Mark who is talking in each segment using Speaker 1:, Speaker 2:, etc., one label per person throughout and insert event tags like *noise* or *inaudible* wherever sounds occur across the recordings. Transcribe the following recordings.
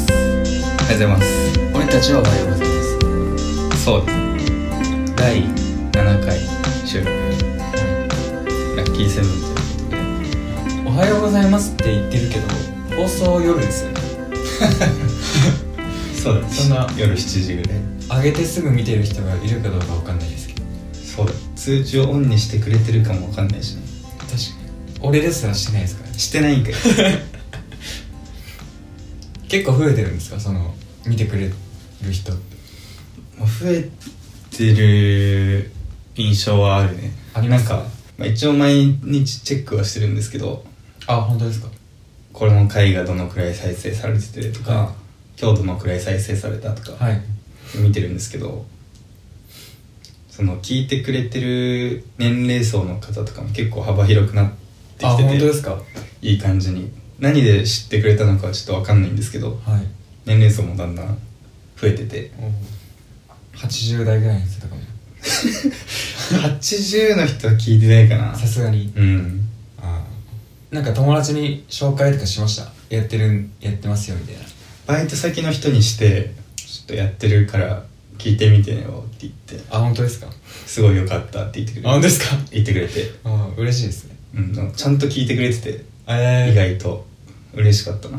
Speaker 1: がとうございます
Speaker 2: 俺たちはおはようございます
Speaker 1: そうですね第7回収録ラッキーセブンということで
Speaker 2: おはようございますって言ってるけど放送夜ですよね
Speaker 1: そうだ
Speaker 2: そんな
Speaker 1: 夜7時ぐらい
Speaker 2: 上げてすぐ見てる人がいるかどうかわかんないですけど
Speaker 1: そうだ通知をオンにしてくれてるかもわかんないしな
Speaker 2: 確かに俺ですらしてないですからね
Speaker 1: してないんかい
Speaker 2: 結構増えてるんですかその見てくれる人って
Speaker 1: まあ増えてる印象はあるね
Speaker 2: あります
Speaker 1: なんか、まあ、一応毎日チェックはしてるんですけど
Speaker 2: あ本当ですか
Speaker 1: この回がどのくらい再生されててとか、
Speaker 2: は
Speaker 1: 今日どのくらい再生されたとか、
Speaker 2: はい
Speaker 1: 見てるんですけどその聞いてくれてる年齢層の方とかも結構幅広くなって
Speaker 2: あ
Speaker 1: き
Speaker 2: 本当で
Speaker 1: て
Speaker 2: すかはい
Speaker 1: ていい感じに何で知ってくれたのかはちょっとわかんないんですけど年齢層もだんだん増えてて
Speaker 2: 80代ぐらいの人とかも
Speaker 1: 80の人は聞いてないかな
Speaker 2: さすがに
Speaker 1: うん
Speaker 2: あーなんか友達に紹介とかしましたやってるんやってますよみたいな
Speaker 1: バイト先の人にしてちょっとやってるから聞いてみてよって言って
Speaker 2: あ本当ですか
Speaker 1: すごいよかったって言ってくれて
Speaker 2: あ本当ですか
Speaker 1: 言ってくれて、
Speaker 2: あー嬉しいですね
Speaker 1: うん、なんかちゃんと聞いてくれてて
Speaker 2: え
Speaker 1: 意外と嬉しかったな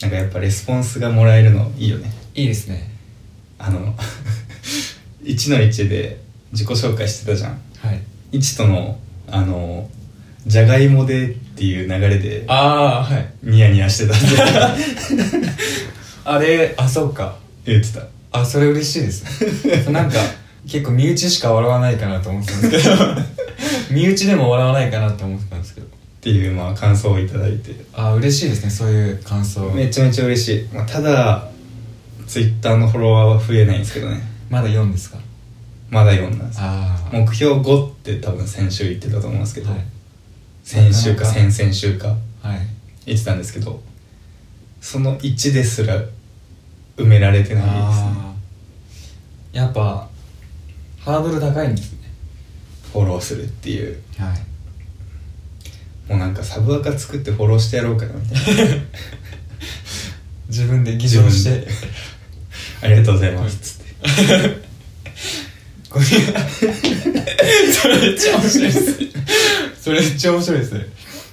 Speaker 1: なんかやっぱレスポンスがもらえるのいいよね
Speaker 2: いいですね
Speaker 1: あの *laughs* 1の1で自己紹介してたじゃん
Speaker 2: はい
Speaker 1: 1とのあのじゃがいもでっていう流れで
Speaker 2: ああはい
Speaker 1: ニヤニヤしてたって
Speaker 2: あれあそうか
Speaker 1: *laughs* 言ってた
Speaker 2: あそれ嬉しいです *laughs* ねなんか結構身内しか笑わないかなと思ってたんですけど *laughs* 身内でも笑わないかなと思ってたんですけど
Speaker 1: っていうまあ感想をいただいて
Speaker 2: あー嬉しいですねそういう感想
Speaker 1: めちゃめちゃ嬉しい、まあ、ただツイッターのフォロワーは増えないんですけどね
Speaker 2: まだ4ですか
Speaker 1: まだ4なんです
Speaker 2: ああ
Speaker 1: 目標5って多分先週言ってたと思うんですけど、
Speaker 2: はい
Speaker 1: 先週か
Speaker 2: なかな
Speaker 1: 先
Speaker 2: か
Speaker 1: 々週か
Speaker 2: はい
Speaker 1: 言ってたんですけどその1ですら埋められてないですね
Speaker 2: あーやっぱハードル高いんですね
Speaker 1: フォローするっていう
Speaker 2: はい
Speaker 1: もうなんかサブアカ作ってフォローしてやろうかなみたいな *laughs*
Speaker 2: 自分で偽造し
Speaker 1: 自
Speaker 2: て
Speaker 1: 分ありがとうございますっつって
Speaker 2: これそれめっちゃ面白いですそれめっちゃ面白いですね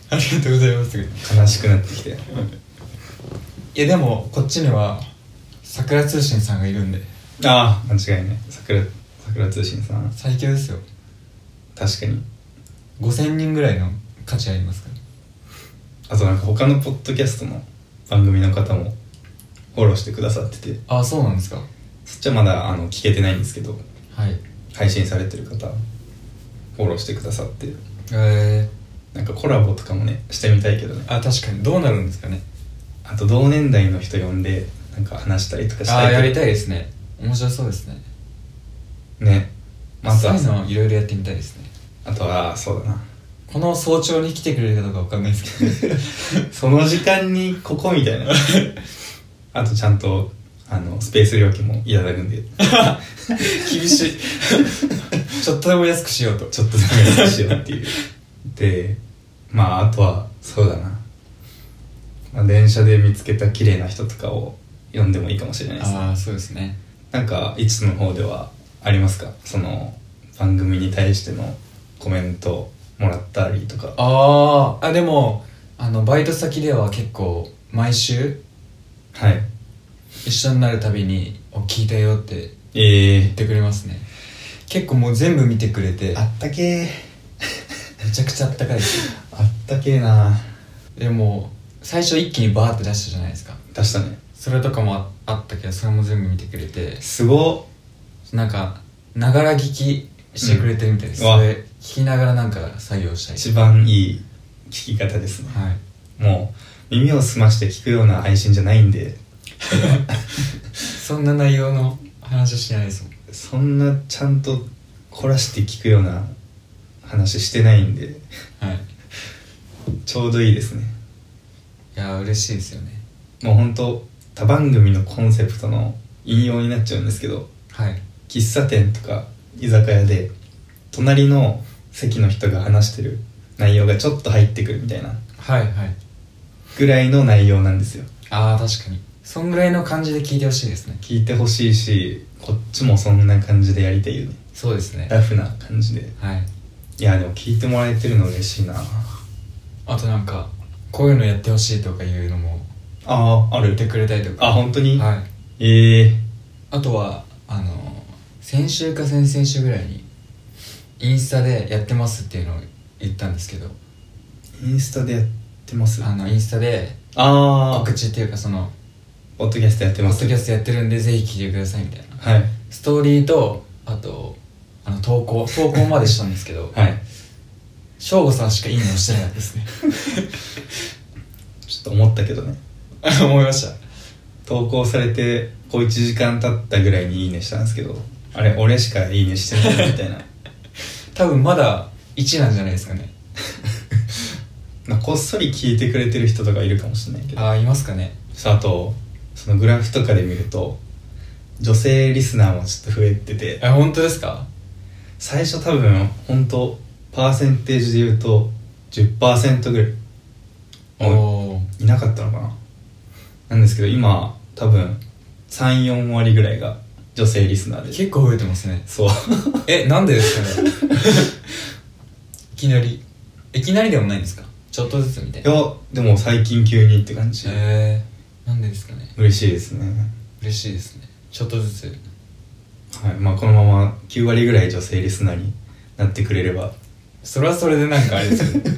Speaker 2: ありがとうございますい
Speaker 1: 悲しくなってきて
Speaker 2: やでもこっちには桜通信さんがいるんで
Speaker 1: ああ間違いない桜桜通信さん
Speaker 2: 最強ですよ
Speaker 1: 確かに
Speaker 2: 5000人ぐらいの価値ありますから
Speaker 1: あとなんか他のポッドキャストの番組の方もフォローしてくださってて
Speaker 2: ああそうなんですか
Speaker 1: そっちはまだあの聞けてないんですけど
Speaker 2: はい
Speaker 1: 配信されてる方フォローしてくださって
Speaker 2: え
Speaker 1: なんかコラボとかもねしてみたいけどね
Speaker 2: ー、あ確かにどうなるんですかね
Speaker 1: あと同年代の人呼んでなんか話したりとかした
Speaker 2: あ
Speaker 1: い
Speaker 2: あーやりた
Speaker 1: い
Speaker 2: いですね面白そうですね
Speaker 1: ねまず
Speaker 2: そういう
Speaker 1: は
Speaker 2: のいろいろやってみたいですね
Speaker 1: あとはそうだな
Speaker 2: この早朝に来てくれるかどうかわかんないですけど
Speaker 1: その時間にここみた
Speaker 2: *laughs*
Speaker 1: いなあとちゃんとあのスペース料金もいただくんで
Speaker 2: *laughs* 厳しいちょっとでも安くしようと
Speaker 1: ちょっとだけにしようっていうでまああとはそうだな、まあ、電車で見つけた綺麗な人とかを呼んでもいいかもしれないですね
Speaker 2: ああそうですね
Speaker 1: なんかいつの方ではありますかその番組に対してのコメントもらったりとか
Speaker 2: あーあでもあのバイト先では結構毎週
Speaker 1: はい
Speaker 2: 一緒になるたびに「お聞いたよ」って
Speaker 1: え
Speaker 2: 言ってくれますね結構もう全部見てくれて
Speaker 1: あったけー
Speaker 2: めちゃくちゃあったかいです
Speaker 1: あったけーな
Speaker 2: でも最初一気にバーって出したじゃないですか
Speaker 1: 出したね
Speaker 2: それとかもああったけどそれも全部見てくれて
Speaker 1: すご
Speaker 2: なんかながら聞きしてくれてるみたいです、
Speaker 1: うんうわ
Speaker 2: それ聞きながらなんか作業したり
Speaker 1: 一番いい聞き方ですね
Speaker 2: はい
Speaker 1: もう耳を澄まして聞くような配信じゃないんで
Speaker 2: そんな内容の話はしてないですもん
Speaker 1: そんなちゃんと凝らして聞くような話してないんで
Speaker 2: はいい
Speaker 1: ちょうどいいですね
Speaker 2: やー嬉しいですよね
Speaker 1: もうほんと他番組のコンセプトの引用になっちゃうんですけど
Speaker 2: はい
Speaker 1: 喫茶店とか居酒屋で隣の席の人が話してる内容がちょっと入ってくるみたいな
Speaker 2: はいはい
Speaker 1: ぐらいの内容なんですよ
Speaker 2: ああ確かにそんぐらいの感じで聞いてほしいですね
Speaker 1: 聞いてほしいしこっちもそんな感じでやりたいよね
Speaker 2: そうですね
Speaker 1: ラフな感じで
Speaker 2: はい
Speaker 1: いやでも聞いてもらえてるの嬉しいな
Speaker 2: あとなんかこういうのやってほしいとかいうのも
Speaker 1: あああ
Speaker 2: 言
Speaker 1: る
Speaker 2: ってくれたりとか
Speaker 1: あ本当に、
Speaker 2: はい
Speaker 1: ええ
Speaker 2: あとはあの先週か先々週ぐらいにインスタでやってますっていうのを言ったんですけど
Speaker 1: インスタでやってます
Speaker 2: あのインスタで
Speaker 1: あ
Speaker 2: 告
Speaker 1: ー
Speaker 2: 知っていうかその
Speaker 1: ポッドキャストやって
Speaker 2: ポ
Speaker 1: ま
Speaker 2: ッ
Speaker 1: す
Speaker 2: ドキャストやってるんでぜひ聞いてくださいみたいな
Speaker 1: はい
Speaker 2: ストーリーとあとあの投 *laughs* 稿投稿までしたんですけど
Speaker 1: はい
Speaker 2: 省吾さんしかいいねをしてなかったですね
Speaker 1: ちょっと思ったけどね
Speaker 2: *laughs* 思いました
Speaker 1: 投稿されてこう1時間経ったぐらいに「いいね」したんですけどあれ俺しか「いいね」してないみた
Speaker 2: *laughs*
Speaker 1: いな
Speaker 2: 多分まだ1なんじゃないですかね
Speaker 1: まあこっそり聞いてくれてる人とかいるかもしれないけど
Speaker 2: ああいますかね
Speaker 1: さああとそのグラフとかで見ると女性リスナーもちょっと増えてて
Speaker 2: え本当ですか
Speaker 1: 最初多分本当パーセンテージで言うと10%ぐらい
Speaker 2: お
Speaker 1: いなかったのかななんですけど今多分34割ぐらいが女性リスナーで
Speaker 2: 結構増えてますね
Speaker 1: そう *laughs*
Speaker 2: えなんでですかね *laughs* いきなりいきなりでもないんですかちょっとずつみたい
Speaker 1: い
Speaker 2: なへ
Speaker 1: やでも最近急にって感じ、
Speaker 2: えー、なんでですかね
Speaker 1: 嬉しいですね
Speaker 2: 嬉しいですねちょっとずつ
Speaker 1: はいまあこのまま9割ぐらい女性リスナーになってくれれば
Speaker 2: それはそれでなんかあれですよ *laughs* ね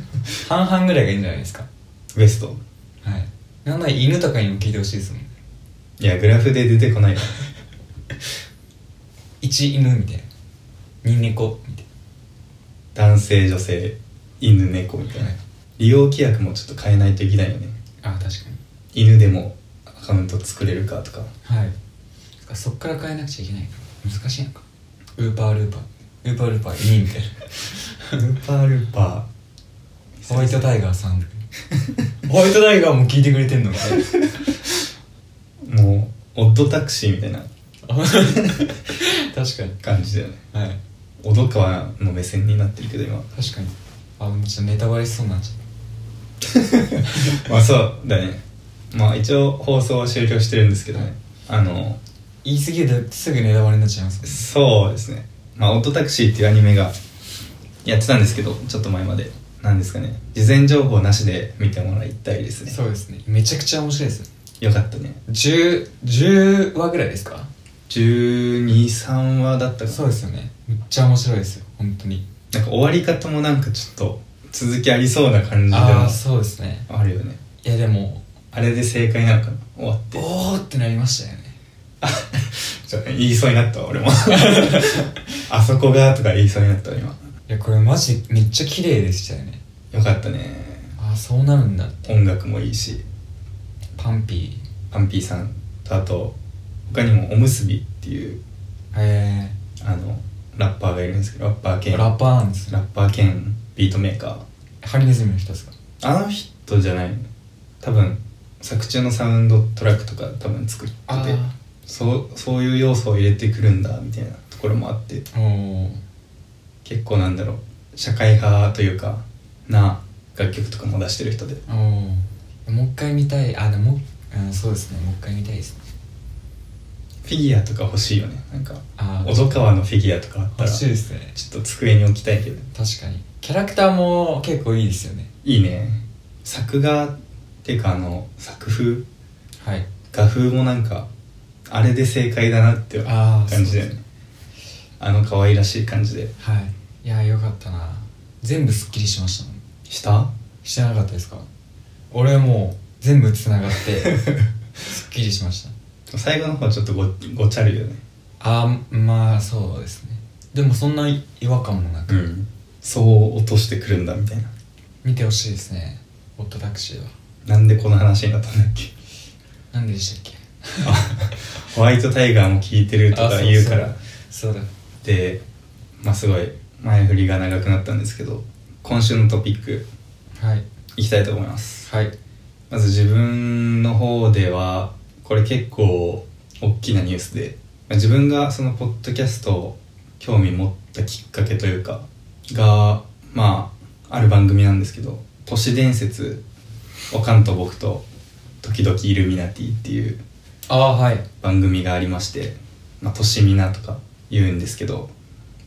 Speaker 2: 半々ぐらいがいいんじゃないですか
Speaker 1: ベスト
Speaker 2: はいなんなら犬とかにも聞いてほしいですもん
Speaker 1: いやグラフで出てこないわ
Speaker 2: 1犬みたいな2猫みたい
Speaker 1: 男性女性犬猫みたいな、
Speaker 2: はい
Speaker 1: 利用規約もちょっと変えないといけないよね
Speaker 2: なあ確かに
Speaker 1: 犬でもアカウント作れるかとか
Speaker 2: はいそっから変えなくちゃいけないから難しいのかウーパールーパーウーパールーパーいいみたいな *laughs*
Speaker 1: ルーパールーパー
Speaker 2: ホワイトタイガーさ *laughs* んホワイトタイガーも聞いてくれて *laughs* んのか
Speaker 1: もうオッドタクシーみたいな
Speaker 2: 確かに
Speaker 1: 感じだよね
Speaker 2: はい
Speaker 1: 小戸川の目線になってるけど今
Speaker 2: 確かにあもうちょっとネタバレしそうになっちゃっ
Speaker 1: まあそうだねまあ一応放送は終了してるんですけどねあの
Speaker 2: た言い過ぎるとすぐネタバレになっちゃいますね
Speaker 1: そうですねまあ「オットタクシー」っていうアニメがやってたんですけどちょっと前までなんですかね事前情報なしで見てもらいたいですね
Speaker 2: そうですねめちゃくちゃ面白いです
Speaker 1: よかったね
Speaker 2: 10 10話ぐらいですか
Speaker 1: 123話だったか
Speaker 2: そうですよねめっちゃ面白いですよ本当に
Speaker 1: なんか終わり方もなんかちょっと続きありそうな感じで
Speaker 2: ああ
Speaker 1: も
Speaker 2: そうですね
Speaker 1: あるよね
Speaker 2: いやでも
Speaker 1: あれで正解なのかな終わって *laughs*
Speaker 2: おーってなりましたよね
Speaker 1: ちょっと言いそうになった
Speaker 2: *laughs*
Speaker 1: わ俺もあそこがとか言いそうになったわ今
Speaker 2: いやこれマジめっちゃ綺麗でしたよね
Speaker 1: よかったね
Speaker 2: ああそうなるんだって
Speaker 1: 音楽もいいし
Speaker 2: パンピ
Speaker 1: パンピーさんとあと他にもおむすびっていう
Speaker 2: ーへ
Speaker 1: あのラッパーがいるんですけどラッパー
Speaker 2: え
Speaker 1: 兼
Speaker 2: ラッパーなんです
Speaker 1: ラ
Speaker 2: ね
Speaker 1: ッパー兼ビートメーカー
Speaker 2: ハリネズミの人ですか
Speaker 1: あの人じゃない多分作中のサウンドトラックとか多分作っててそうそういう要素を入れてくるんだみたいなところもあって
Speaker 2: おお
Speaker 1: 結構なんだろう社会派というかな楽曲とかも出してる人で
Speaker 2: おおもう一回見たいあでももう、うん、そうですねもう一回見たいですね
Speaker 1: フィギュアとか欲しいよねなんか
Speaker 2: ああ
Speaker 1: 小戸川のフィギュアとかあった
Speaker 2: 欲
Speaker 1: ら
Speaker 2: し
Speaker 1: ち
Speaker 2: い
Speaker 1: ょ
Speaker 2: ですね
Speaker 1: っと机に置きたいけど
Speaker 2: 確かにキャラクターも結構いいですよね
Speaker 1: いいね作画っていうかあの作風
Speaker 2: はい
Speaker 1: 画風もなんかあれで正解だなっていう感
Speaker 2: ああ
Speaker 1: じだよ
Speaker 2: そう
Speaker 1: ねあの可愛らしい感じで
Speaker 2: すはいいやよかったな全部すっきりしましたもん
Speaker 1: した
Speaker 2: してなかったですか俺はもう全部つながって
Speaker 1: *laughs*
Speaker 2: すっきりしました
Speaker 1: 最後の方ちょっとごごちゃるよね
Speaker 2: あーまあそうですねでもそんな違和感もなく、
Speaker 1: んそう落としてくるんだみたいな
Speaker 2: 見てほしいですねオットタクシーは
Speaker 1: なんでこの話になったんだっけ
Speaker 2: *laughs* なんででしたっけ
Speaker 1: あホワイトタイガーも聞いてるとか言うから
Speaker 2: そうだ
Speaker 1: でまあすごい前振りが長くなったんですけど今週のトピック
Speaker 2: はい
Speaker 1: いきたいと思います
Speaker 2: はい
Speaker 1: まず自分の方ではこれ結構大きなニュースでまあ自分がそのポッドキャストを興味持ったきっかけというかがまあある番組なんですけど「都市伝説」おかんと僕と「時々イルミナティ」っていう
Speaker 2: ああーはい
Speaker 1: 番組がありまして「まあ、としみな」とか言うんですけど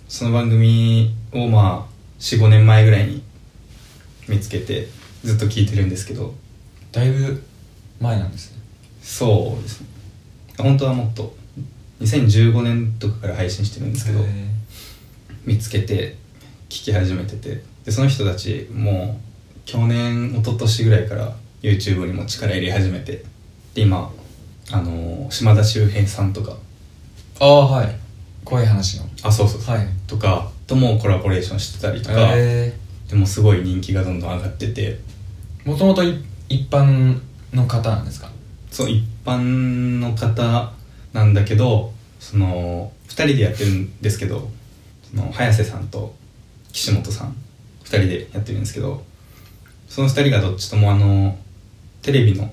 Speaker 1: その番組をまあ45年前ぐらいに見つけてずっと聞いてるんですけど
Speaker 2: だいぶ前なんですね
Speaker 1: そうですね本当はもっと2015年とかから配信してるんですけど
Speaker 2: へー
Speaker 1: 見つけて聞き始めててでその人たちもう去年一昨年ぐらいから YouTube にも力入れ始めてで今あの島田秀平さんとか
Speaker 2: ああはい怖い話の
Speaker 1: あそうそうそう
Speaker 2: はい
Speaker 1: とかともコラボレーションしてたりとか、
Speaker 2: え
Speaker 1: でもすごい人気がどんどん上がってて
Speaker 2: ー、もともとい一般の方なんですか
Speaker 1: そう一般の方なんだけどその2人でやってるんですけどその早瀬さんと岸本さん2人でやってるんですけどその2人がどっちともあのテレビの、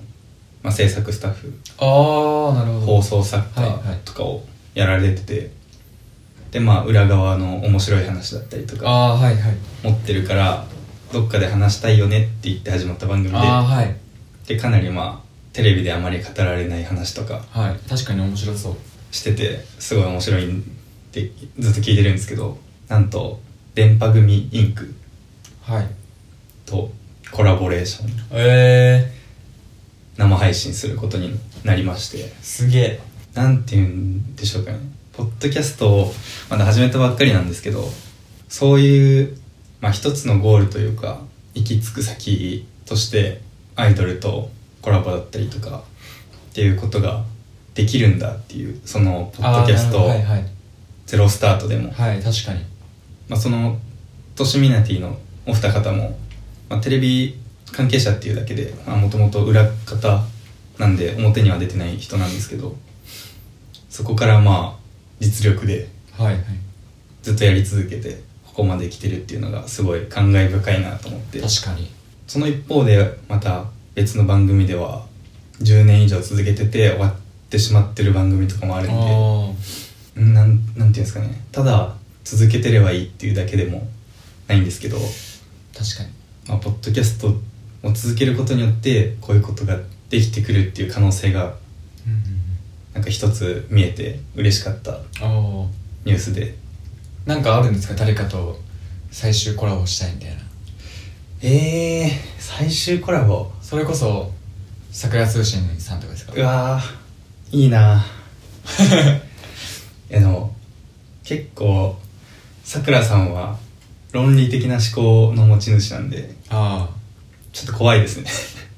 Speaker 1: まあ、制作スタッフ
Speaker 2: ああなるほど
Speaker 1: 放送作家
Speaker 2: はいはい
Speaker 1: とかをやられてて、でまあ裏側の面白い話だったりとか
Speaker 2: ああはいはい
Speaker 1: 持ってるからどっかで話したいよねって言って始まった番組
Speaker 2: ああはい
Speaker 1: ででかなりまあテレビであまり語られない話とか
Speaker 2: はい確かに面白そう
Speaker 1: しててすごい面白いんでずっと聞いてるんですけどなんと電波組インク
Speaker 2: はい
Speaker 1: とコラボレーション
Speaker 2: え
Speaker 1: 生配信することになりまして
Speaker 2: ー、すげえ
Speaker 1: なんて言うんでしょうかねポッドキャストをまだ始めたばっかりなんですけどそういう、まあ、一つのゴールというか行き着く先としてアイドルとコラボだったりとかっていうことができるんだっていうそのポッドキャス
Speaker 2: あー
Speaker 1: ト
Speaker 2: なるほどはい
Speaker 1: ゼロスタートでも、
Speaker 2: はいはい確かに
Speaker 1: まあ、そのトシミナティのお二方も、まあ、テレビ関係者っていうだけでもともと裏方なんで表には出てない人なんですけどそこからまあ実力で
Speaker 2: はいはい
Speaker 1: ずっとやり続けてここまで来てるっていうのがすごい感慨深いなと思って
Speaker 2: 確かに
Speaker 1: その一方でまた別の番組では10年以上続けてて終わってしまってる番組とかもあ
Speaker 2: あ
Speaker 1: るんで
Speaker 2: ー
Speaker 1: うんなんなんていうんですかねただ続けてればいいっていうだけでもないんですけど、
Speaker 2: 確かに
Speaker 1: まあ、ポッドキャストを続けることによってこういうことができてくるっていう可能性が
Speaker 2: うん
Speaker 1: なんか一つ見えて嬉しかった
Speaker 2: うんあ
Speaker 1: ニュースで
Speaker 2: あなんかあるんですか誰かと最終コラボしたいみたいな
Speaker 1: えー、最終コラボ
Speaker 2: それこそ桜通信さんとかですか
Speaker 1: うわーいい *laughs* ないやでも結構さくらさんは論理的な思考の持ち主なんで
Speaker 2: あー
Speaker 1: ちょっと怖いですね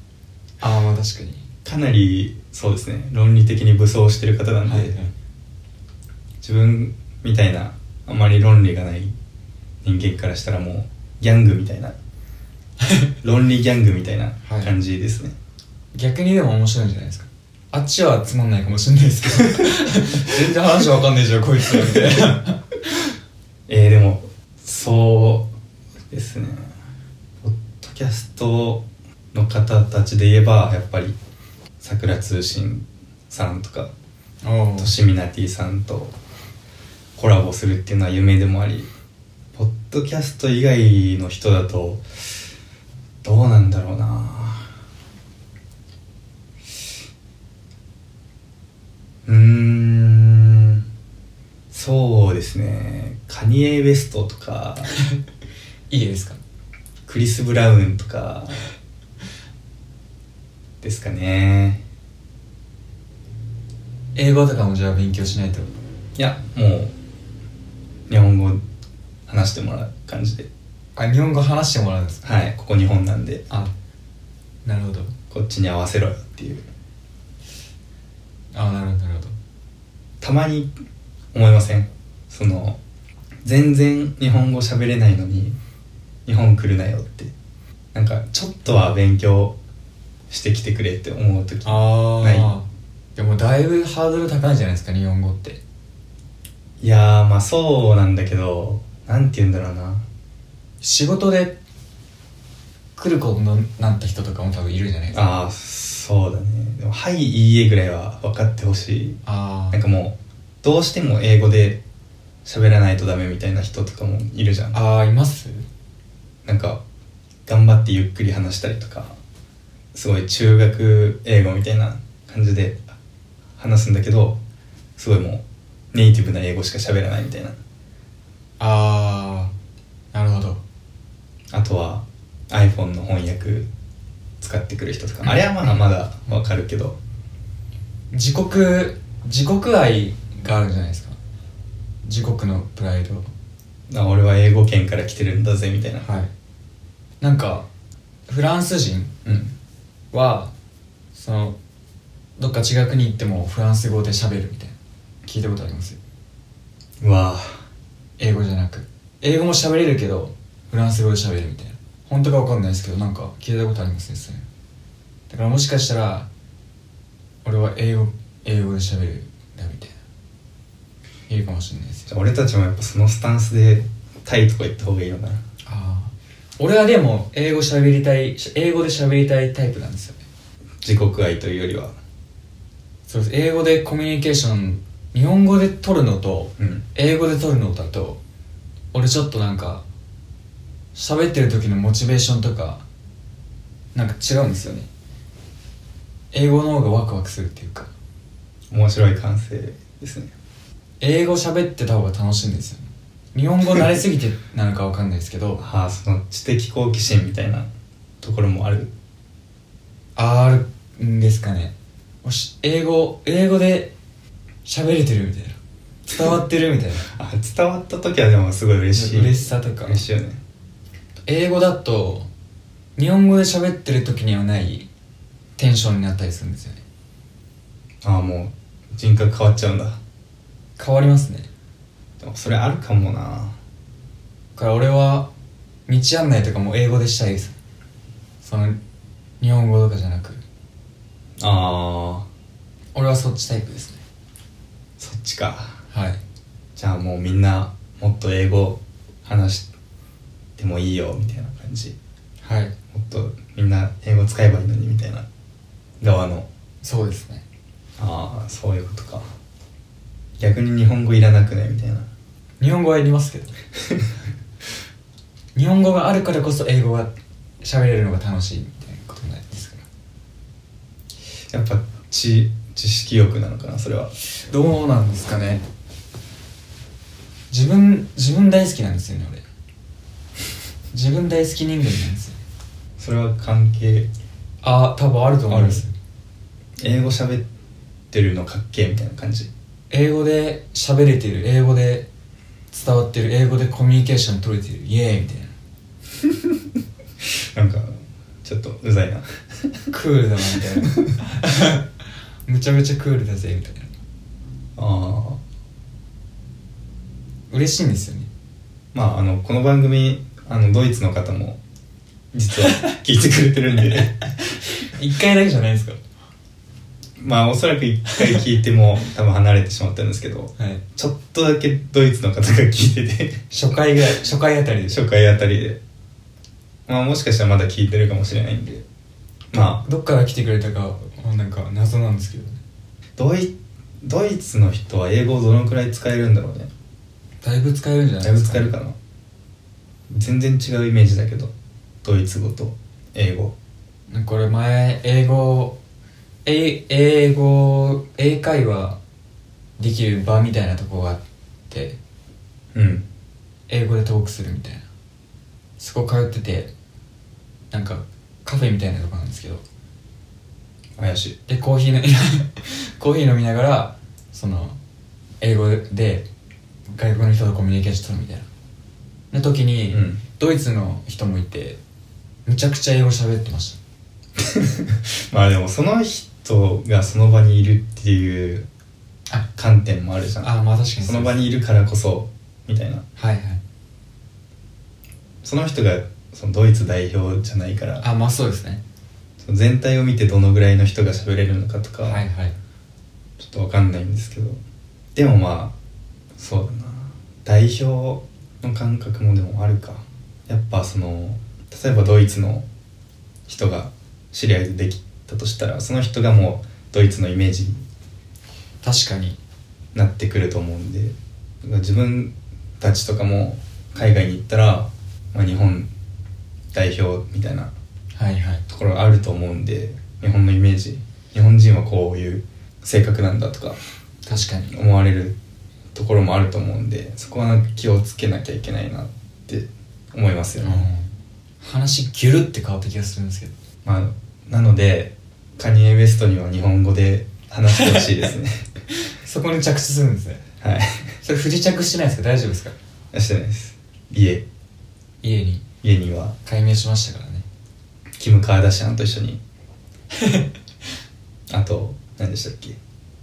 Speaker 1: *laughs*
Speaker 2: あーまあ確かに
Speaker 1: かなりそうですね論理的に武装してる方なん
Speaker 2: は
Speaker 1: で、
Speaker 2: いはい
Speaker 1: 自分みたいなあまり論理がない人間からしたらもうギャングみたいな *laughs* 論理ギャングみたいな
Speaker 2: はい
Speaker 1: 感じですね、
Speaker 2: 逆にでも面白いんじゃないですかあっちはつまんないかもしれないですけ *laughs* ど全然話わかんないじゃんこいつみたいな
Speaker 1: えー、でもそうですねポッドキャストの方たちで言えばやっぱり桜通信さんとか
Speaker 2: お
Speaker 1: としみなティさんとコラボするっていうのは夢でもありポッドキャスト以外の人だとどうなんだろうなうーんそうですねカニエ・ウェストとか
Speaker 2: いいですか
Speaker 1: クリス・ブラウンとかですかね
Speaker 2: 英語とかもじゃあ勉強しないと
Speaker 1: いやもう日本語話してもらう感じで
Speaker 2: あ日本語話してもらうんですか
Speaker 1: はいここ日本なんで
Speaker 2: あなるほど
Speaker 1: こっちに合わせろよっていう
Speaker 2: あなるほどなるほど
Speaker 1: たまに思いませんその全然日本語喋れないのに日本来るなよってなんかちょっとは勉強してきてくれって思う時
Speaker 2: あ
Speaker 1: ない
Speaker 2: いでもだいぶハードル高いんじゃないですか日本語って
Speaker 1: いやーまあそうなんだけどなんて言うんだろうな
Speaker 2: 仕事で来ることになった人とかも多分いるじゃないですか
Speaker 1: ああそうだねでも「はいいいえ」ぐらいは分かってほしい
Speaker 2: あ
Speaker 1: なんかもうどうしても英語で喋らないとダメみたいな人とかもいるじゃん
Speaker 2: ああいます
Speaker 1: なんか頑張ってゆっくり話したりとかすごい中学英語みたいな感じで「話すんだけどすごいもうネイティブな英語しか喋らないみたいな
Speaker 2: あーなるほど
Speaker 1: あとは iPhone の翻訳使ってくる人とかあれはまだまだわかるけど
Speaker 2: 自国自国愛があるんじゃないですか自国のプライド
Speaker 1: あ俺は英語圏から来てるんだぜみたいな、
Speaker 2: はいなんかフランス人
Speaker 1: うん
Speaker 2: はそのどっか違う国行ってもフランス語で喋るみたいな聞いたことあります
Speaker 1: うわあ
Speaker 2: 英語じゃなく英語も喋れるけどフランス語で喋るみたいな本当かわかんないですけどなんか聞いたことありますねそれだからもしかしたら俺は英語英語で喋るんだみたいないるかもしれないです
Speaker 1: じ
Speaker 2: よ
Speaker 1: ゃあ俺たちもやっぱそのスタンスでタイとか行った方がいいのか
Speaker 2: あ
Speaker 1: な
Speaker 2: あ俺はでも英語喋りたい英語で喋りたいタイプなんですよね
Speaker 1: 自国愛というよりは
Speaker 2: そうです英語でコミュニケーション日本語で取るのと
Speaker 1: うん
Speaker 2: 英語で取るのだと俺ちょっとなんか喋ってる時のモチベーションとかなんか違うんですよね英語の方がワクワクするっていうか
Speaker 1: 面白い感性ですね
Speaker 2: 英語喋ってた方が楽しいんですよね日本語慣れすぎてなのかわかんないですけど
Speaker 1: ああその知的好奇心みたいなところもある
Speaker 2: あーあるんですかねもし英語英語で喋れてるみたいな伝わってるみたいな
Speaker 1: あ伝わった時はでもすごい嬉しい
Speaker 2: 嬉しさとか
Speaker 1: 嬉しいよね
Speaker 2: 英語だと日本語で喋ってる時にはないテンションになったりするんですよね
Speaker 1: ああもう人格変わっちゃうんだ
Speaker 2: 変わりますね
Speaker 1: でもそれあるかもな
Speaker 2: だから俺は道案内とかも英語でしたいですその日本語とかじゃなく
Speaker 1: ああ
Speaker 2: 俺はそっちタイプですね
Speaker 1: そっちか
Speaker 2: はい
Speaker 1: じゃあもうみんなもっと英語話してもいいよみたいな感じ
Speaker 2: はい
Speaker 1: もっとみんな英語使えばいいのにみたいな側の
Speaker 2: そうですね
Speaker 1: ああそういうことか逆に日本語いらなくねみたいな
Speaker 2: 日本語はいりますけ *laughs* ど日本語があるからこそ英語が喋れるのが楽しいみたいなことになりますから
Speaker 1: やっぱ知知識欲なのかなそれは
Speaker 2: どうなんですかね自分自分大好きなんですよね俺自分大好き人間なんですよ
Speaker 1: それは関係
Speaker 2: あ多分あると思いま
Speaker 1: あ
Speaker 2: す
Speaker 1: る英語喋ってるのかっけえみたいな感じ
Speaker 2: 英語で喋れてる英語で伝わってる英語でコミュニケーション取れてるイエーイみたい *laughs* な
Speaker 1: なんかちょっとうざいな *laughs*
Speaker 2: クールだなみた *laughs* いなむちゃめちゃクールだぜみたいな
Speaker 1: ああ
Speaker 2: 嬉しいんですよね
Speaker 1: まああのこの番組あのドイツの方も実は聞いてくれてるんで *laughs*
Speaker 2: 一回だけじゃないですか
Speaker 1: まあおそらく一回聞いても多分離れてしまったんですけど
Speaker 2: はい
Speaker 1: ちょっとだけドイツの方が聞いて *laughs* て
Speaker 2: 初回ぐらい初回あたりで
Speaker 1: 初回あたりでまあもしかしたらまだ聞いてるかもしれないんでまあ
Speaker 2: どっから来てくれたかなんか謎なんですけどね
Speaker 1: ドイドイツの人は英語をどのくらい使えるんだろうね
Speaker 2: だいぶ使えるんじゃな
Speaker 1: だ
Speaker 2: い
Speaker 1: い
Speaker 2: で
Speaker 1: ぶ
Speaker 2: すか、
Speaker 1: 使えるかな全然違うイメージだけどドイツ語と英語
Speaker 2: なんかこれ前英語英英語英会話できる場みたいなとこがあって
Speaker 1: うん
Speaker 2: 英語でトークするみたいなそこ通っててなんかカフェみたいなとこなんですけど
Speaker 1: 怪しい
Speaker 2: でコーヒーの *laughs* コーヒー飲みながらその英語で外国の人とコミュニケーション取るみたいなの時に、
Speaker 1: うん
Speaker 2: ドイツの人もいてむちゃくちゃ英語喋ってました
Speaker 1: まあでもその人がその場にいるっていう
Speaker 2: あ
Speaker 1: 観点もあるじゃん
Speaker 2: あまあ確かにうです
Speaker 1: その場にいるからこそみたいな
Speaker 2: はいはい
Speaker 1: その人がそのドイツ代表じゃないから
Speaker 2: あまあそうですね
Speaker 1: その全体を見てどのぐらいの人が喋れるのかとか、
Speaker 2: はいはい
Speaker 1: ちょっとわかんないんですけどでもまあそうだな代表の感覚もでもあるかやっぱその例えばドイツの人が知り合いでできたとしたらその人がもうドイツのイメージに
Speaker 2: 確かに
Speaker 1: なってくると思うんでだから自分たちとかも海外に行ったら、まあ、日本代表みたいな
Speaker 2: はいはい
Speaker 1: ところがあると思うんで日本のイメージ日本人はこういう性格なんだとか
Speaker 2: 確かに
Speaker 1: 思われるところもあると思うんでそこはなんか気をつけなきゃいけないなって思いますよね、
Speaker 2: 話ギュルって変わった気がするんですけど
Speaker 1: まあ、なのでカニエ・ウェストには日本語で話してほしいですね
Speaker 2: そこに着地するんですね
Speaker 1: はい
Speaker 2: それ不時着してないですか大丈夫ですか
Speaker 1: してないです家
Speaker 2: 家に
Speaker 1: 家には
Speaker 2: 解明しましたからね
Speaker 1: キム・カーダシャンと一緒にあと何でしたっけ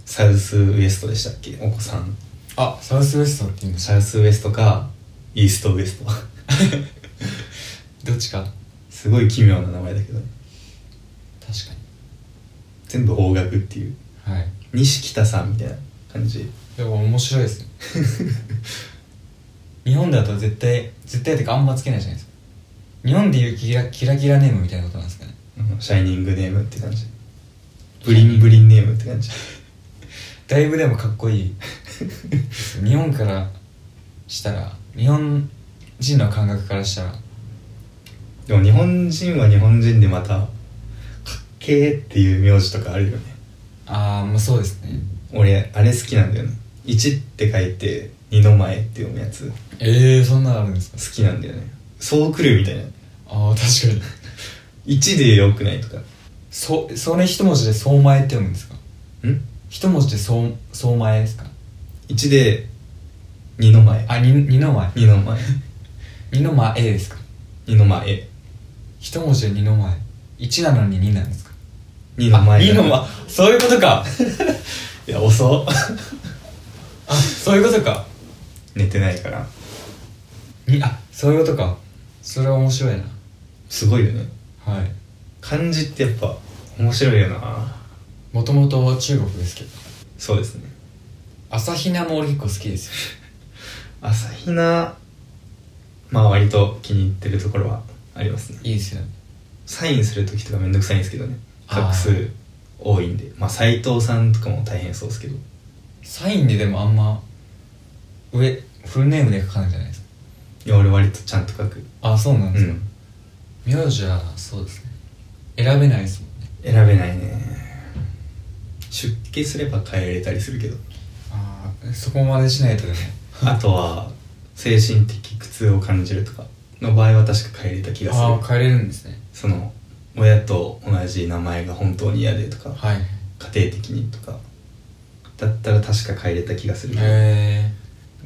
Speaker 1: サウスウエストでしたっけお子さん
Speaker 2: あサウスウエストって言うんです
Speaker 1: サウスウエストかイーストウエスト *laughs*
Speaker 2: どっちか
Speaker 1: すごい奇妙な名前だけどね
Speaker 2: 確か
Speaker 1: 全部方角っていう
Speaker 2: にはい
Speaker 1: 西北さんみたいな感じ
Speaker 2: でも面白いですね *laughs* 日本だと絶対絶対ってかあんまつけないじゃないですか日本でいうキラキラキラネームみたいなことなんですかね
Speaker 1: うんシャイニングネームって感じブリンブリンネームって感じ
Speaker 2: だいぶでもかっこ *laughs* いい日本からしたら日本人の感覚からしたら
Speaker 1: でも日本人は日本人でまたかっけーっていう名字とかあるよね
Speaker 2: ああまあそうですね
Speaker 1: 俺あれ好きなんだよね1って書いて二の前って読むやつ好
Speaker 2: ええー、そんなのあるんですか
Speaker 1: きなんだよねそう来るみたいな
Speaker 2: ああ確かに
Speaker 1: 1でよくないとかん
Speaker 2: そそれ一文字で「そう前」って読むんですか一文字で「そうそう前」ですか
Speaker 1: ?1 で二の前
Speaker 2: あに二の前
Speaker 1: 二の前
Speaker 2: 二の前ですか
Speaker 1: 二の前
Speaker 2: 一文字で二の前一なのに二なんですか
Speaker 1: 二の前
Speaker 2: あ二の前そういうこと
Speaker 1: *laughs*
Speaker 2: か
Speaker 1: いや遅っ
Speaker 2: あそういうことか
Speaker 1: 寝てないから
Speaker 2: にあそういうことかそれは面白いな
Speaker 1: すごいよね
Speaker 2: はい
Speaker 1: 漢字ってやっぱ面白いよな
Speaker 2: もともと中国ですけど
Speaker 1: そうですね
Speaker 2: 朝比奈も俺結構好きですよ
Speaker 1: 朝比奈まあ割と気に入ってるところはありますね
Speaker 2: いいですよね
Speaker 1: サインする時とかめんどくさいんですけどね
Speaker 2: あー
Speaker 1: 画数多いんでまあ斎藤さんとかも大変そうですけど
Speaker 2: サインででもあんま上フルネームで書かないじゃないですか
Speaker 1: いや俺割とちゃんと書く
Speaker 2: あそうなん
Speaker 1: う
Speaker 2: ですか、
Speaker 1: ん
Speaker 2: 名字はそうですね選べないですもんね
Speaker 1: 選べないね出家すれば変えれたりするけど
Speaker 2: ああそこまでしないとね
Speaker 1: あとは精神的苦痛を感じるとかの場合は確か変えれた気が
Speaker 2: ああ
Speaker 1: する
Speaker 2: 変えれるんですね
Speaker 1: その親と同じ名前が本当に嫌でとか
Speaker 2: はいへ
Speaker 1: 家庭的にとかだったら確か変えれた気がするけど
Speaker 2: え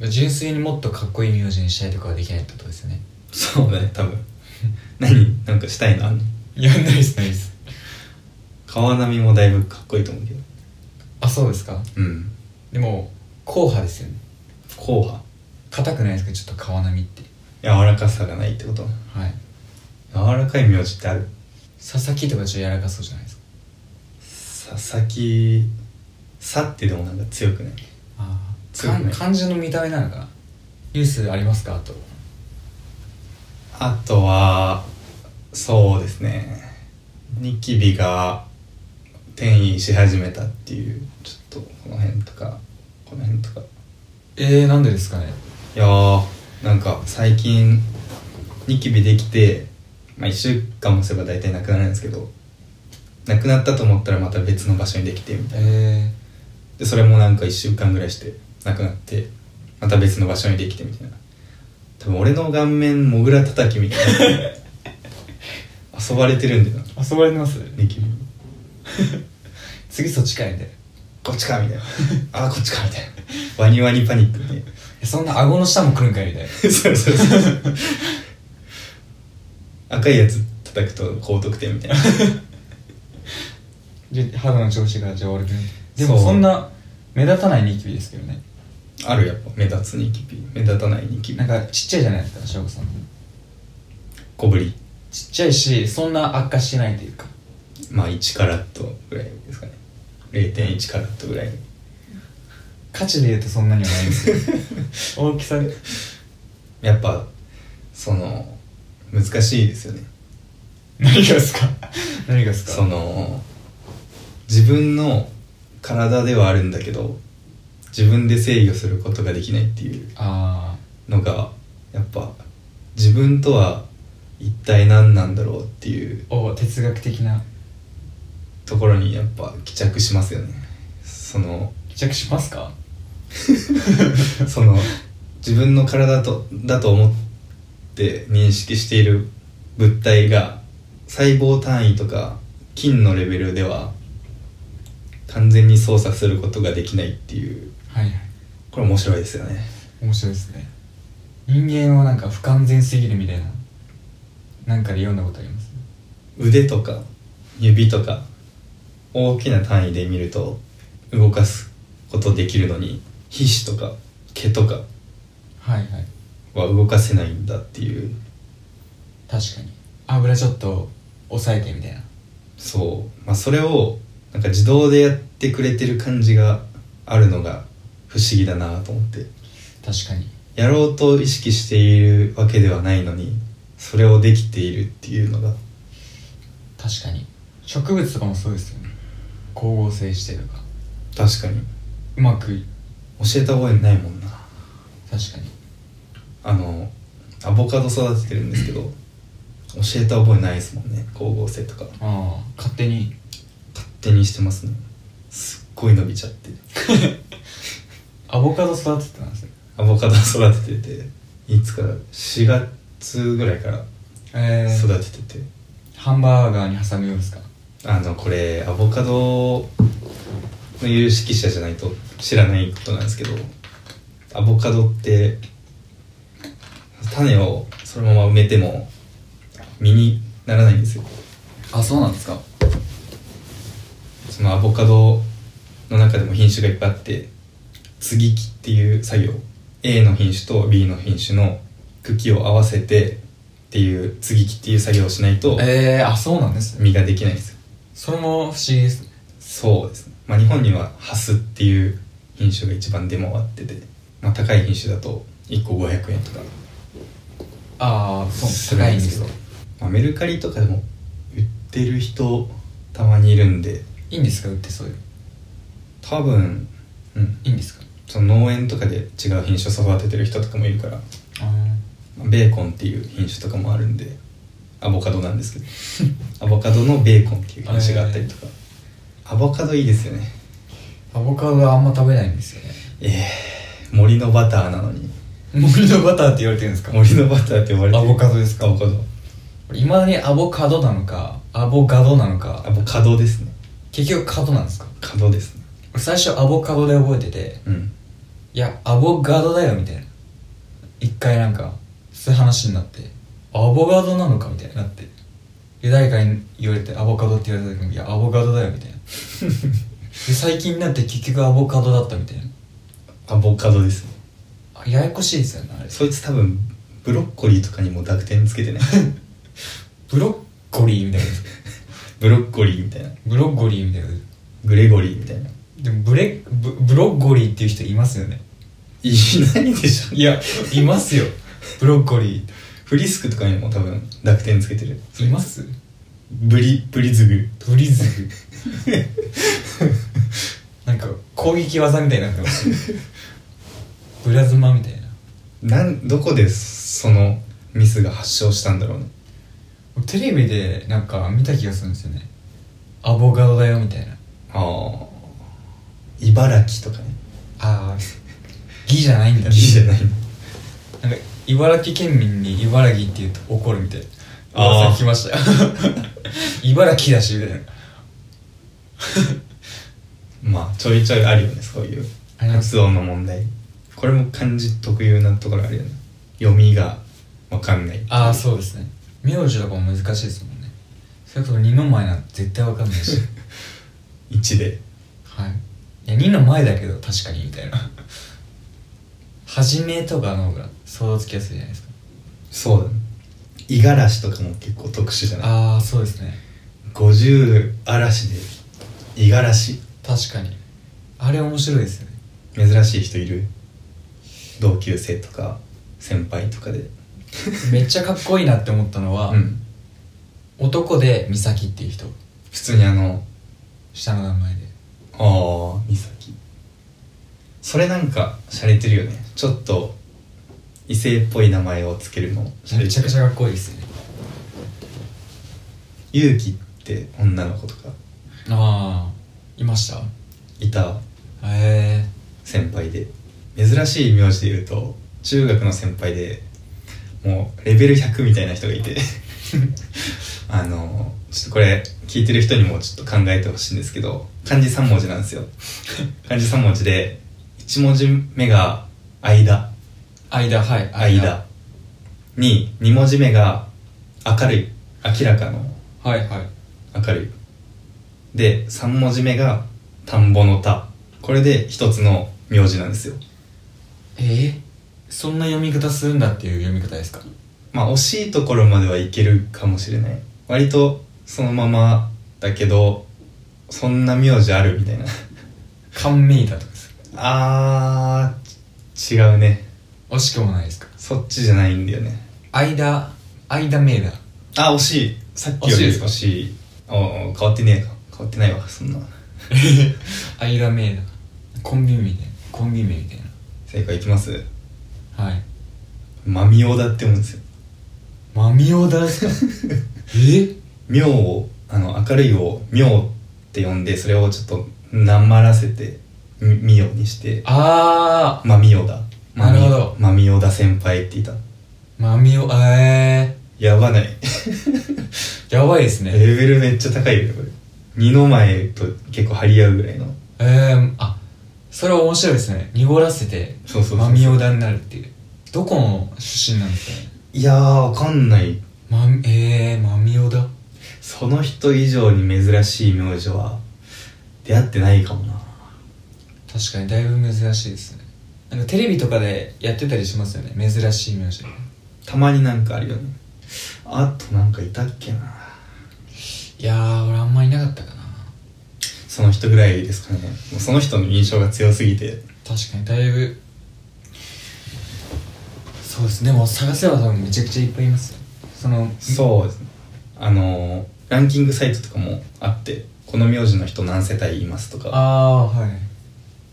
Speaker 2: 純粋にもっとかっこいい名字にしたいとかはできないってことですよね
Speaker 1: そうだね多分 *laughs* 何なんかしたいのあんの
Speaker 2: いやないですないです
Speaker 1: 川波もだいぶかっこいいと思うけど
Speaker 2: あそうですか
Speaker 1: うん
Speaker 2: でも硬派ですよね
Speaker 1: 硬派
Speaker 2: 硬くないですかちょっと川波って
Speaker 1: 柔らかさがないってこと
Speaker 2: はい
Speaker 1: 柔らかい名字ってある
Speaker 2: 佐々木とかちょっと柔らかそうじゃないですか
Speaker 1: 佐々木さってでもなんか強くない
Speaker 2: ああ
Speaker 1: そうね
Speaker 2: 漢字の見た目なのかなニュースありますかあと
Speaker 1: あとはそうですねニキビが転移し始めたっていうちょっとこの辺とかこの辺とか
Speaker 2: えー、なんでですかね
Speaker 1: いやーなんか最近ニキビできて、まあ、1週間もすれば大体なくなるんですけどなくなったと思ったらまた別の場所にできてみたいな
Speaker 2: え
Speaker 1: でそれもなんか1週間ぐらいしてなくなってまた別の場所にできてみたいな多分俺の顔面モグラ叩きみたいな遊ばれてるんだよな
Speaker 2: ー、遊ばれてます
Speaker 1: ニキビ
Speaker 2: 次そっちかいみたいない
Speaker 1: こっちかみたいなあーこっちかみたいなワニワニパニックみたいな
Speaker 2: やそんな顎の下も来るんかいみたいな
Speaker 1: *laughs* そうそうそう赤いやつ叩くと高得点みたいな
Speaker 2: で肌の調子がじゃあ悪くなるでも
Speaker 1: そう
Speaker 2: そんな目立たないニキビですけどね
Speaker 1: *laughs* あるやっぱ目立つニキビ目立たないニキビ
Speaker 2: なんかちっちゃいじゃないですか翔子さん
Speaker 1: 小ぶり
Speaker 2: ちっちゃいしそんな悪化してないというか
Speaker 1: まあ1カラットぐらいですかね0.1カラットぐらい
Speaker 2: 価値で言うとそんなにはないんですけど *laughs* 大きさで
Speaker 1: やっぱその難しいですよね
Speaker 2: 何がですか何がですか
Speaker 1: その自分の体ではあるんだけど自分で制御することができないっていう
Speaker 2: あ
Speaker 1: のがやっぱ自分とは一体何なんだろうっていう
Speaker 2: あお哲学的な
Speaker 1: ところにやっぱ帰着しますよねそその *laughs*
Speaker 2: 帰着しますか
Speaker 1: その自分の体とだと思って認識している物体が細胞単位とか菌のレベルでは完全に操作することができないっていう
Speaker 2: はいはい
Speaker 1: これ面白いですよね
Speaker 2: 面白いですね人間はなんか不完全すぎるみたいななんかで読んだことあります
Speaker 1: 腕とか指とか大きな単位で見ると動かすことできるのに皮脂とか毛とか
Speaker 2: はいはい
Speaker 1: は動かせないんだっていう
Speaker 2: 確かに油ちょっと抑えてみたいな
Speaker 1: そう、まあ、それをなんか自動でやってくれてる感じがあるのが不思議だなと思って
Speaker 2: 確かに
Speaker 1: やろうと意識しているわけではないのにそれをできているっていうのが
Speaker 2: 確かに植物とかもそうですよね光合成してるか
Speaker 1: 確かに
Speaker 2: うまくい
Speaker 1: 教えた覚えないもんな
Speaker 2: 確かに
Speaker 1: あのアボカド育ててるんですけど教えた覚えないですもんね光合成とか
Speaker 2: ああ勝手に
Speaker 1: 勝手にしてますねすっごい伸びちゃって
Speaker 2: アボカド育ててたんですよ
Speaker 1: アボカド育ててていつから4月ぐらいから
Speaker 2: え
Speaker 1: 育ててて、
Speaker 2: ハンバーガーに挟むようですか
Speaker 1: あのこれアボカドの有識者じゃないと知らないことなんですけどアボカドって種をそのまま埋めても実にならないんですよ
Speaker 2: あそうなんですか
Speaker 1: そのアボカドの中でも品種がいっぱいあって接ぎ木っていう作業 A の品種と B の品種の茎を合わせてっていう接ぎ木っていう作業をしないと
Speaker 2: ええあそうなんですね
Speaker 1: 実ができないんですよ
Speaker 2: それも不思議ですね
Speaker 1: そうですね、まあ、日本にはハスっていう品種が一番出回ってて、まあ、高い品種だと1個500円とか
Speaker 2: ああ
Speaker 1: す
Speaker 2: そう
Speaker 1: る
Speaker 2: 高い
Speaker 1: ん
Speaker 2: ん
Speaker 1: で
Speaker 2: ですす
Speaker 1: け
Speaker 2: よ
Speaker 1: ど、まあ、メルカリとかでも売ってる人たまにいるんで
Speaker 2: いいんですか売ってそういう
Speaker 1: 多分、うん、
Speaker 2: いいんですか
Speaker 1: その農園とかで違う品種を育ててる人とかもいるから、
Speaker 2: ああ
Speaker 1: まあベーコンっていう品種とかもあるんでアボカドなんですけど *laughs* アボカドのベーコンっていう品種があったりとかアボカドいいですよね
Speaker 2: アボカドはあんま食べないんですよね
Speaker 1: ええ森のバターなのに
Speaker 2: 森のバターって言われてるんですか
Speaker 1: 森のバターって呼ばれてる
Speaker 2: アボカドですか
Speaker 1: アボカド
Speaker 2: いまだにアボカドなのかアボガドなの
Speaker 1: ア
Speaker 2: か
Speaker 1: ボカドですね
Speaker 2: 結局カドなんですか
Speaker 1: カドですね
Speaker 2: 俺最初アボカドで覚えてて
Speaker 1: うん
Speaker 2: いやアボガドだよみたいな一回なんかそういう話になってアボガドなのかみたいになってで誰かに言われてアボカドって言われた時もいやアボガドだよみたいなで最近になって結局アボカドだったみたいな
Speaker 1: アボカドですね
Speaker 2: あややこしいですよねあれ
Speaker 1: そいつ多分ブロッコリーとかにも濁点つけて *laughs* ね
Speaker 2: ブロッコリーみたいな
Speaker 1: ブロッコリーみたいな
Speaker 2: ブロッコリーみたいな
Speaker 1: グレゴリーみたいない
Speaker 2: でもブレブブロッコリーっていう人いますよね
Speaker 1: ないでしょ
Speaker 2: いやいますよブロッコリ
Speaker 1: フリスクとかにも多分濁点つけてる
Speaker 2: ーいます
Speaker 1: ブリブリズグ
Speaker 2: ブリズグなんか攻撃技みたいになってますブラズマみたいな
Speaker 1: なんどこでそのミスが発症したんだろうね
Speaker 2: テレビでなんか見た気がするんですよねアボカドだよみたいな
Speaker 1: ああ茨城とかね
Speaker 2: ああ義じゃないんだ
Speaker 1: いいじゃないの
Speaker 2: なんか茨城県民に茨城って言うと怒るみたいな
Speaker 1: あー
Speaker 2: 噂聞きました
Speaker 1: *laughs*
Speaker 2: 茨城だしみたいな
Speaker 1: まあちょいちょいあるよねそういう
Speaker 2: あります
Speaker 1: 発音の問題これも漢字特有なところあるよね読みがわかんない
Speaker 2: ああそうですね名字とかも難しいですもんねそれこそ二の前なんて絶対わかんないし
Speaker 1: 1で
Speaker 2: はいいや二の前だけど確かにみたい *laughs* なはじめとかの方が想像つきやすいじゃないですか
Speaker 1: そうだね五十嵐とかも結構特殊じゃない
Speaker 2: ああそうですね
Speaker 1: 50嵐で五十嵐
Speaker 2: 確かにあれ面白いですよね
Speaker 1: 珍しい人いる同級生とか先輩とかで
Speaker 2: めっちゃかっこいいなって思ったのは、
Speaker 1: うん
Speaker 2: 男で美咲っていう人
Speaker 1: 普通にあの
Speaker 2: 下の名前で
Speaker 1: ああ美咲それなんか洒落てるよねちょっと異性っぽい名前をつけるの洒
Speaker 2: め
Speaker 1: 落
Speaker 2: ちゃ
Speaker 1: て
Speaker 2: く
Speaker 1: る
Speaker 2: ちゃかっこいいですね
Speaker 1: 勇気って女の子とか
Speaker 2: ああいました
Speaker 1: いた先輩で珍しい名字で言うと中学の先輩でもうレベル100みたいな人がいて *laughs* あのちょっとこれ聞いてる人にもちょっと考えてほしいんですけど漢字3文字なんですよ漢字3文字で1文字目が「間」
Speaker 2: 間はい
Speaker 1: 間に2文字目が明るい明らかの
Speaker 2: はいはい
Speaker 1: 明るいで3文字目が田んぼの田これで一つの名字なんですよ
Speaker 2: えー、そんな読み方するんだっていう読み方ですか
Speaker 1: まあ惜しいところまではいけるかもしれない割とそのままだけどそんな名字あるみたいな *laughs*
Speaker 2: 甘味だとかですか
Speaker 1: あーち違うね
Speaker 2: 惜しくもないですか
Speaker 1: そっちじゃないんだよね
Speaker 2: 間間名 *laughs* だ
Speaker 1: あ惜しいさっきより
Speaker 2: 惜しいですか
Speaker 1: 惜しいおお変わってねえか変わってないわそんな
Speaker 2: 間名だコンビ名みたいなコンビ名みたい
Speaker 1: 正解いきます
Speaker 2: なはい
Speaker 1: マミオだって思うんですよ
Speaker 2: マミオダですか *laughs* え
Speaker 1: 妙をあの明るいを妙って呼んでそれをちょっとなまらせてみみよにして
Speaker 2: あ
Speaker 1: まみよだまみ
Speaker 2: なるほど
Speaker 1: まみよだ先輩って言った
Speaker 2: ーマミオえ
Speaker 1: やばない
Speaker 2: ー、やばいですね
Speaker 1: *laughs* レベルめっちゃ高いよこれ二の前と結構張り合うぐらいの
Speaker 2: えー、あそれは面白いですね濁らせて
Speaker 1: そうそうそう
Speaker 2: マミオダになるっていうどこの出身なんですかね
Speaker 1: いやーわかんない
Speaker 2: マミえー、マミオダ
Speaker 1: その人以上に珍しい名字は出会ってないかもな
Speaker 2: 確かにだいぶ珍しいですねなんかテレビとかでやってたりしますよね珍しい名字
Speaker 1: たまになんかあるよねあとなんかいたっけない
Speaker 2: やー俺あんまいなかったかな
Speaker 1: その人ぐらいですかねもうその人の印象が強すぎて
Speaker 2: 確かにだいぶそうですねもう探せば多分めちゃくちゃいっぱいいますよその
Speaker 1: そうですねあのーランキングサイトとかもあってこの名字の人何世帯いますとか
Speaker 2: ああーはい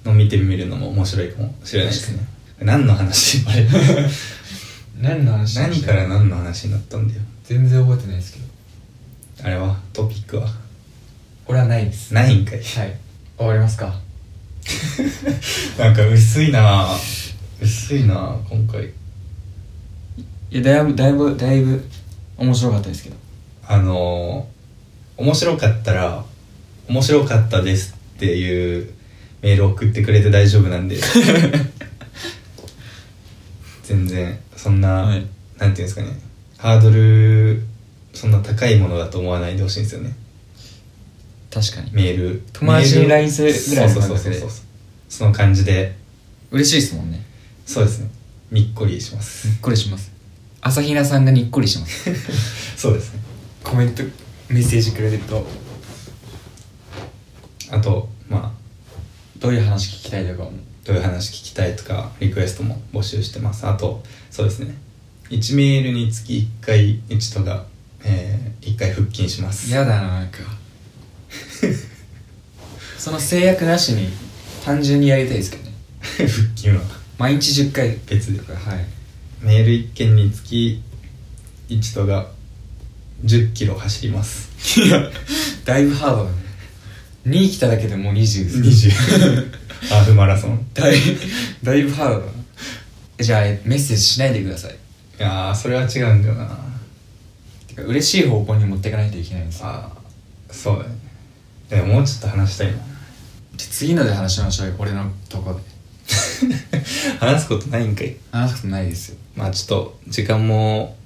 Speaker 1: の見てみるのも面白いかもしれないですね何の話あれ
Speaker 2: 何の話
Speaker 1: 何から何の話になったんだよ
Speaker 2: 全然覚えてないですけど
Speaker 1: あれはトピックは
Speaker 2: 俺はないです
Speaker 1: ないんかい
Speaker 2: はい終わりますか
Speaker 1: なんか薄いなぁ薄いなぁ今回
Speaker 2: いやだいぶだいぶだいぶ面白かったですけど
Speaker 1: あのー面白かったら「面白かったです」っていうメール送ってくれて大丈夫
Speaker 2: *laughs*
Speaker 1: なんで全然そんな、
Speaker 2: はい
Speaker 1: なんていうんですかねハードルそんな高いものだと思わないでほしいんですよね
Speaker 2: 確かに
Speaker 1: メール
Speaker 2: 友達に LINE するぐらいの
Speaker 1: そうそうそう
Speaker 2: 感覚で
Speaker 1: そうその感じで
Speaker 2: 嬉しいですもんね
Speaker 1: そうですねにっこりしま
Speaker 2: *laughs*
Speaker 1: す
Speaker 2: にっこりします朝比奈さんがにっこりします
Speaker 1: そうですね
Speaker 2: コメントメッセージくれると
Speaker 1: あとまあ
Speaker 2: どういう話聞きたいとかも
Speaker 1: どういう話聞きたいとかリクエストも募集してますあとそうですね1メールにつき1回1とが、えー、1回復勤します
Speaker 2: 嫌だななんか *laughs* その制約なしに単純にやりたいですけどね
Speaker 1: *laughs* 復勤は
Speaker 2: 毎日10回
Speaker 1: 別で
Speaker 2: とかはい
Speaker 1: メール1件につき1とが1 0キロ走ります
Speaker 2: いやだいぶハードだね2来ただけでもう20です
Speaker 1: 20ハーフマラソン
Speaker 2: だいだいぶハードだなじゃあメッセージしないでください
Speaker 1: いやーそれは違うんだよな
Speaker 2: てか嬉しい方向に持っていかないといけないんですよ
Speaker 1: あーそうだよねでももうちょっと話したいな *laughs*
Speaker 2: じゃあ次ので話しましょうよ俺のとこで
Speaker 1: 話すことないんかい
Speaker 2: 話すことないですよ
Speaker 1: まあちょっと時間も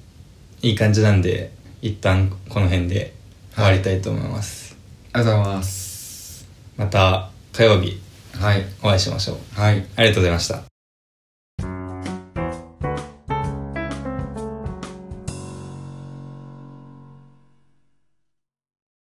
Speaker 1: いい感じなんで一旦この辺で終わりたいと思います、
Speaker 2: ありがとうございます
Speaker 1: また火曜日
Speaker 2: はい
Speaker 1: お会いしましょう
Speaker 2: はい
Speaker 1: ありがとうございました